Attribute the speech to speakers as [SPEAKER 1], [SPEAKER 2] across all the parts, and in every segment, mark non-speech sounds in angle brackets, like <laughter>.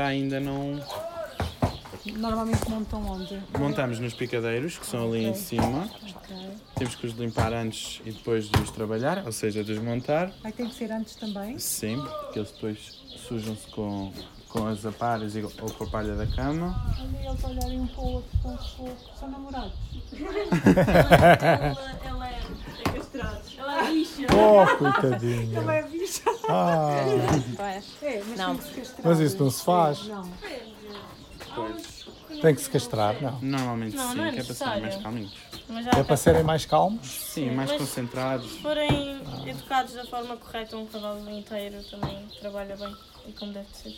[SPEAKER 1] ainda não.
[SPEAKER 2] Normalmente montam onde?
[SPEAKER 1] Montamos nos picadeiros, que são ali em
[SPEAKER 2] Ok.
[SPEAKER 1] cima.
[SPEAKER 2] Ok.
[SPEAKER 1] Temos que os limpar antes e depois de os trabalhar, ou seja, desmontar.
[SPEAKER 2] Aí tem que ser antes também?
[SPEAKER 1] Sim, porque eles depois sujam-se com, com as aparas e- ou com a palha da cama.
[SPEAKER 2] Olha eles olharem um para o outro tão fofo. São namorados.
[SPEAKER 3] Ela, ela é, é castrada. Ela é bicha.
[SPEAKER 4] Oh, coitadinha.
[SPEAKER 2] Também é bicha.
[SPEAKER 4] Ah,
[SPEAKER 2] É, mas tem
[SPEAKER 5] Não.
[SPEAKER 2] que se castrar.
[SPEAKER 4] mas isso não se faz.
[SPEAKER 2] Não.
[SPEAKER 4] Tem que se castrar, não.
[SPEAKER 1] Normalmente
[SPEAKER 3] Não,
[SPEAKER 1] sim,
[SPEAKER 3] não é
[SPEAKER 1] que é para serem mais
[SPEAKER 3] necessário.
[SPEAKER 1] calminhos.
[SPEAKER 3] Mas já
[SPEAKER 4] É para serem mais calmos?
[SPEAKER 1] Sim, mais
[SPEAKER 3] mas-
[SPEAKER 1] concentrados.
[SPEAKER 3] se forem educados da forma correta, um cavalo inteiro também trabalha bem e como deve ser.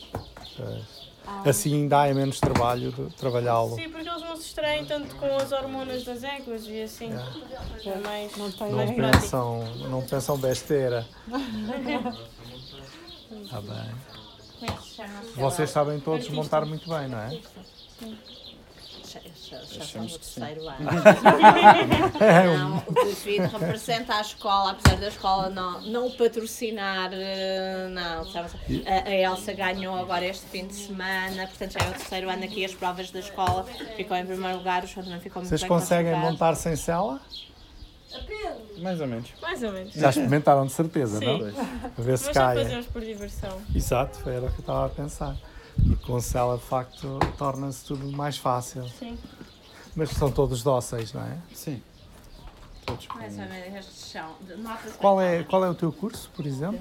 [SPEAKER 4] Pois. Assim dá é menos trabalho de trabalhá-lo.
[SPEAKER 3] Sim, porque eles não se distraem tanto com as hormonas das éguas e assim. É mais.
[SPEAKER 2] Não tem
[SPEAKER 4] Não
[SPEAKER 2] mais
[SPEAKER 4] pensam, não
[SPEAKER 3] <laughs>
[SPEAKER 4] pensam besteira. Está bem.
[SPEAKER 3] Como é que se chama?
[SPEAKER 4] Vocês sabem todos montar muito bem, não é?
[SPEAKER 5] Já, já, já são
[SPEAKER 1] Achamos
[SPEAKER 5] do
[SPEAKER 1] que sim.
[SPEAKER 5] terceiro
[SPEAKER 4] <laughs>
[SPEAKER 5] ano. não, o Cusvid representa a escola, apesar da escola não, não o patrocinar, eh, não. sabe? A, a Elsa ganhou agora este fim de semana, portanto já é o terceiro ano aqui, as provas da escola ficou em primeiro lugar, o Xandrão ficou muito
[SPEAKER 4] Vocês
[SPEAKER 5] bem
[SPEAKER 4] conseguem
[SPEAKER 5] classificado.
[SPEAKER 4] montar sem cela?
[SPEAKER 1] Mais ou menos.
[SPEAKER 3] Mais ou menos.
[SPEAKER 4] Já experimentaram de certeza,
[SPEAKER 3] Sim.
[SPEAKER 4] não? A ver
[SPEAKER 3] Mas
[SPEAKER 4] se
[SPEAKER 3] já
[SPEAKER 4] caia.
[SPEAKER 3] fazemos por diversão.
[SPEAKER 4] Exato, foi era o que eu estava a pensar. E com cela, de facto, torna-se tudo mais fácil.
[SPEAKER 3] Sim.
[SPEAKER 4] Mas são todos dóceis, não é?
[SPEAKER 1] Sim. Todos com
[SPEAKER 5] Mais ou menos estes são. Nota-se
[SPEAKER 4] Qual é, qual é o teu curso, por exemplo?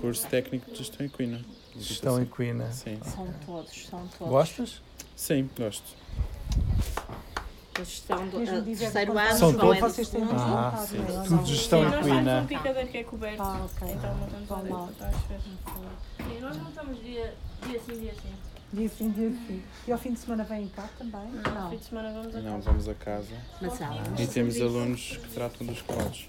[SPEAKER 1] curso técnico de gestão equina.
[SPEAKER 4] Gestão equina.
[SPEAKER 1] Sim.
[SPEAKER 5] bem. São todos, são todos.
[SPEAKER 4] Gostas?
[SPEAKER 1] Sim, gosto.
[SPEAKER 5] Eles estão
[SPEAKER 3] Ah,
[SPEAKER 5] do
[SPEAKER 2] Mesmo
[SPEAKER 5] eh,
[SPEAKER 2] dizer
[SPEAKER 5] terceiro
[SPEAKER 2] que
[SPEAKER 5] ano,
[SPEAKER 4] São
[SPEAKER 5] João
[SPEAKER 4] todos-
[SPEAKER 5] é do
[SPEAKER 2] Vocês têm
[SPEAKER 5] segundo.
[SPEAKER 2] muitos
[SPEAKER 4] Ah,
[SPEAKER 2] montados,
[SPEAKER 1] sim.
[SPEAKER 2] não é?
[SPEAKER 4] Tudo gestão
[SPEAKER 3] Sim, nós temos
[SPEAKER 4] equina.
[SPEAKER 3] um picadeiro que é coberto.
[SPEAKER 2] Ah, ok.
[SPEAKER 3] Então não estamos a
[SPEAKER 2] Vá lá.
[SPEAKER 3] deitar às vezes. Sim, nós não estamos dia, dia sim, dia sim.
[SPEAKER 2] Dia sim, dia sim. E ao fim de semana vêm cá também?
[SPEAKER 3] No fim
[SPEAKER 2] Não.
[SPEAKER 3] de semana vamos a
[SPEAKER 1] Não,
[SPEAKER 3] casa.
[SPEAKER 1] vamos a casa.
[SPEAKER 5] Mas ela
[SPEAKER 1] E temos alunos que tratam dos colados.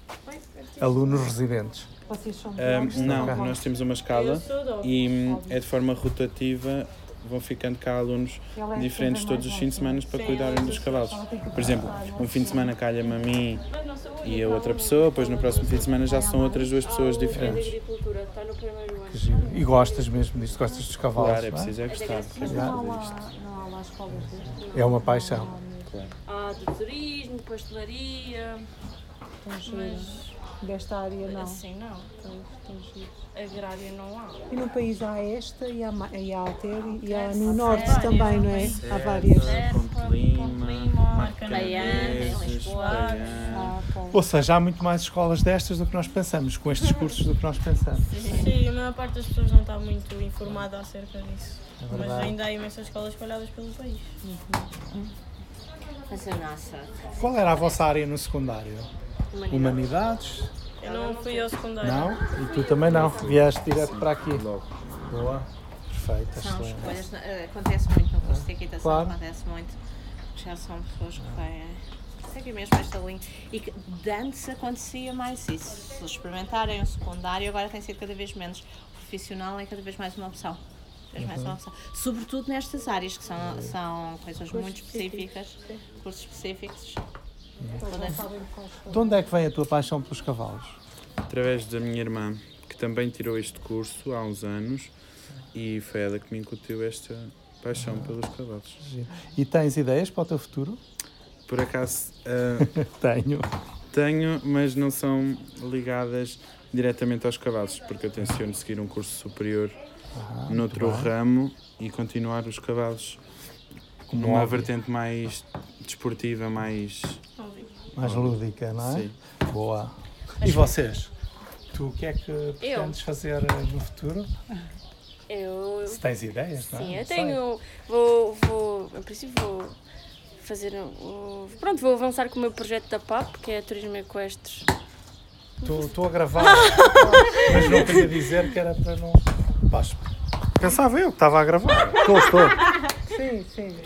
[SPEAKER 4] Alunos residentes.
[SPEAKER 2] Vocês são
[SPEAKER 1] Ahm,
[SPEAKER 2] biólogos?
[SPEAKER 1] Ah, não,
[SPEAKER 2] São
[SPEAKER 1] nós temos uma
[SPEAKER 3] Eu
[SPEAKER 1] escala
[SPEAKER 3] sou do
[SPEAKER 1] e hum, é de forma rotativa. Vão ficando cá alunos
[SPEAKER 2] Ela é
[SPEAKER 1] diferentes
[SPEAKER 2] sempre
[SPEAKER 1] todos os
[SPEAKER 2] mais
[SPEAKER 1] fins de semana para
[SPEAKER 3] Sim,
[SPEAKER 1] cuidarem dos cavalos. Por exemplo, um fim de semana calha-me a mim
[SPEAKER 3] Mas não sou eu,
[SPEAKER 1] e a
[SPEAKER 3] eu
[SPEAKER 1] outra
[SPEAKER 3] falo-
[SPEAKER 1] pessoa, depois no próximo fim de semana já são outras duas pessoas
[SPEAKER 3] Ah, o que é de
[SPEAKER 1] diferentes.
[SPEAKER 3] agricultura, está no primeiro ano.
[SPEAKER 4] Que giro. E gostas mesmo disto? Gostas dos cavalos?
[SPEAKER 1] Claro, é
[SPEAKER 4] não é?
[SPEAKER 1] preciso é gostar.
[SPEAKER 2] Mas não há
[SPEAKER 1] É
[SPEAKER 2] lá, não há lá escolas destas.
[SPEAKER 4] É uma paixão.
[SPEAKER 3] Há Ah, de turismo, pastelaria,
[SPEAKER 2] Tão giro.
[SPEAKER 3] mas
[SPEAKER 2] Desta área não.
[SPEAKER 3] assim não.
[SPEAKER 2] Pois, tão giro.
[SPEAKER 3] Agrário não há.
[SPEAKER 2] E no país há esta e há, ma- e há Alter e há no
[SPEAKER 3] Há
[SPEAKER 2] norte
[SPEAKER 3] várias,
[SPEAKER 2] também, não é? Há várias.
[SPEAKER 1] Ponte Lima,
[SPEAKER 5] Baiana,
[SPEAKER 1] Marcaneses,
[SPEAKER 5] Lisboa.
[SPEAKER 1] Baiana.
[SPEAKER 2] Ah, ok.
[SPEAKER 4] Ou seja, há muito mais escolas destas do que nós pensamos, com estes cursos do que nós pensamos.
[SPEAKER 3] Sim, a maior parte das pessoas não está muito informada acerca disso.
[SPEAKER 4] É
[SPEAKER 3] Mas
[SPEAKER 4] verdade.
[SPEAKER 3] ainda há imensas escolas espalhadas pelo país.
[SPEAKER 5] Mas a nossa.
[SPEAKER 4] Qual era a vossa área no secundário? Humanidades?
[SPEAKER 3] Eu não fui ao secundário.
[SPEAKER 4] Não? E tu também não? Vieste direto para aqui? Boa. Perfeito,
[SPEAKER 5] São
[SPEAKER 4] excelente.
[SPEAKER 5] escolhas, eh, acontece muito no curso de equitação,
[SPEAKER 4] Claro.
[SPEAKER 5] acontece muito, porque já são pessoas que têm. Seguem mesmo esta linha. E que de antes acontecia mais isso. Se experimentarem o secundário, agora tem sido cada vez menos. O profissional é cada vez mais uma opção. Cada vez mais uma opção. Sobretudo nestas áreas que são, são coisas muito específicas, cursos específicos. Podem-
[SPEAKER 4] De onde é que vem a tua paixão pelos cavalos?
[SPEAKER 1] Através da minha irmã, que também tirou este curso há uns anos e foi ela que me incutiu esta paixão pelos cavalos.
[SPEAKER 4] E tens ideias para o teu futuro?
[SPEAKER 1] Por acaso ah,
[SPEAKER 4] Tenho.
[SPEAKER 1] tenho, mas não são ligadas diretamente aos cavalos, porque eu tenciono seguir um curso superior noutro ramo e continuar os cavalos
[SPEAKER 4] Como
[SPEAKER 1] numa
[SPEAKER 4] hobby.
[SPEAKER 1] vertente mais desportiva, mais.
[SPEAKER 4] Mais lúdica, não é?
[SPEAKER 1] Sim.
[SPEAKER 4] Boa. E vocês? Tu o que é que
[SPEAKER 3] Eu?
[SPEAKER 4] pretendes fazer eh, no futuro?
[SPEAKER 6] Eu,
[SPEAKER 4] Se tens ideias, não é?
[SPEAKER 6] sim,
[SPEAKER 4] Não
[SPEAKER 6] eu
[SPEAKER 4] sei.
[SPEAKER 6] tenho. Vou, vou, em princípio, vou fazer. um- um- pronto, vou avançar com o meu projeto da PAP, que é Turismo Equestres.
[SPEAKER 4] Estou estou
[SPEAKER 6] <laughs>
[SPEAKER 4] a gravar, mas não queria dizer que era para não. Pá, pensava eu que estava a gravar. Estou, estou.
[SPEAKER 2] Sim, sim.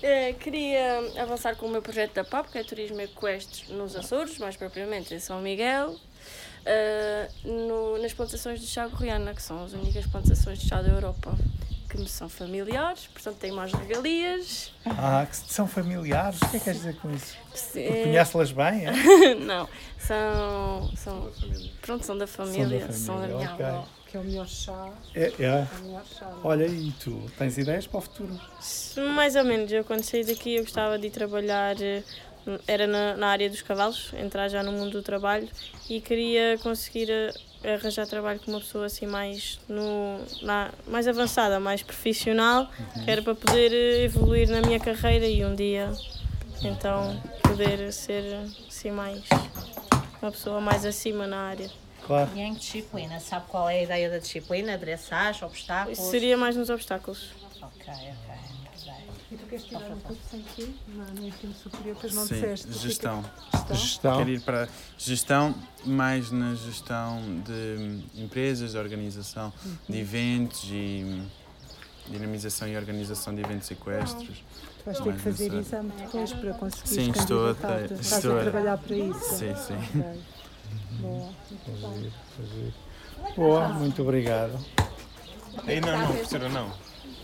[SPEAKER 6] Eh, queria avançar com o meu projeto da PAP, que é Turismo Equestres nos Açores, mais propriamente em São Miguel, eh, no- nas plantações de chá gorriana, que são as únicas plantações de chá da Europa que me são familiares, portanto tenho mais regalias.
[SPEAKER 4] Ah, que são familiares. O que é que queres dizer com isso?
[SPEAKER 6] Eh, <laughs>
[SPEAKER 4] Conhece-las bem? É?
[SPEAKER 6] Não, são. são pronto, são da família, são da, minha
[SPEAKER 4] ok.
[SPEAKER 6] avó.
[SPEAKER 2] que é o melhor chá.
[SPEAKER 4] É, é.
[SPEAKER 2] O melhor chá.
[SPEAKER 4] Olha, e tu tens ideias para o futuro?
[SPEAKER 3] Mais ou menos, eu quando saí daqui eu gostava de ir trabalhar, eh, era na, na área dos cavalos, entrar já no mundo do trabalho e queria conseguir eh, arranjar trabalho com uma pessoa assim mais, no, na- mais avançada, mais profissional, que era para poder eh, evoluir na minha carreira e um dia então poder ser assim mais uma pessoa mais acima na área.
[SPEAKER 4] Claro.
[SPEAKER 5] E em disciplina? Sabe qual é a ideia da disciplina? Dressage, obstáculos?
[SPEAKER 3] Isso seria mais nos obstáculos.
[SPEAKER 5] Ok, ok. tá bem.
[SPEAKER 2] E tu queres tirar um curso aqui, no no ensino superior, pois não
[SPEAKER 1] Sim,
[SPEAKER 2] disseste. é tipo-
[SPEAKER 1] gestão.
[SPEAKER 6] Então.
[SPEAKER 4] Gestão.
[SPEAKER 1] Quero ir para gestão, mais na gestão de empresas, de organização
[SPEAKER 2] Uhum.
[SPEAKER 1] de eventos e dinamização e organização de
[SPEAKER 2] Ah.
[SPEAKER 1] eventos equestres.
[SPEAKER 2] Tu vais ter que fazer
[SPEAKER 1] Mas,
[SPEAKER 2] exame depois para conseguir
[SPEAKER 1] é Sim, estou a ter-
[SPEAKER 2] Estás
[SPEAKER 1] estou
[SPEAKER 2] a
[SPEAKER 1] a-
[SPEAKER 2] trabalhar para isso?
[SPEAKER 1] Sim, sim.
[SPEAKER 2] Ok. Boa.
[SPEAKER 4] Boa, muito obrigado.
[SPEAKER 1] Ei, não, não, professora, não.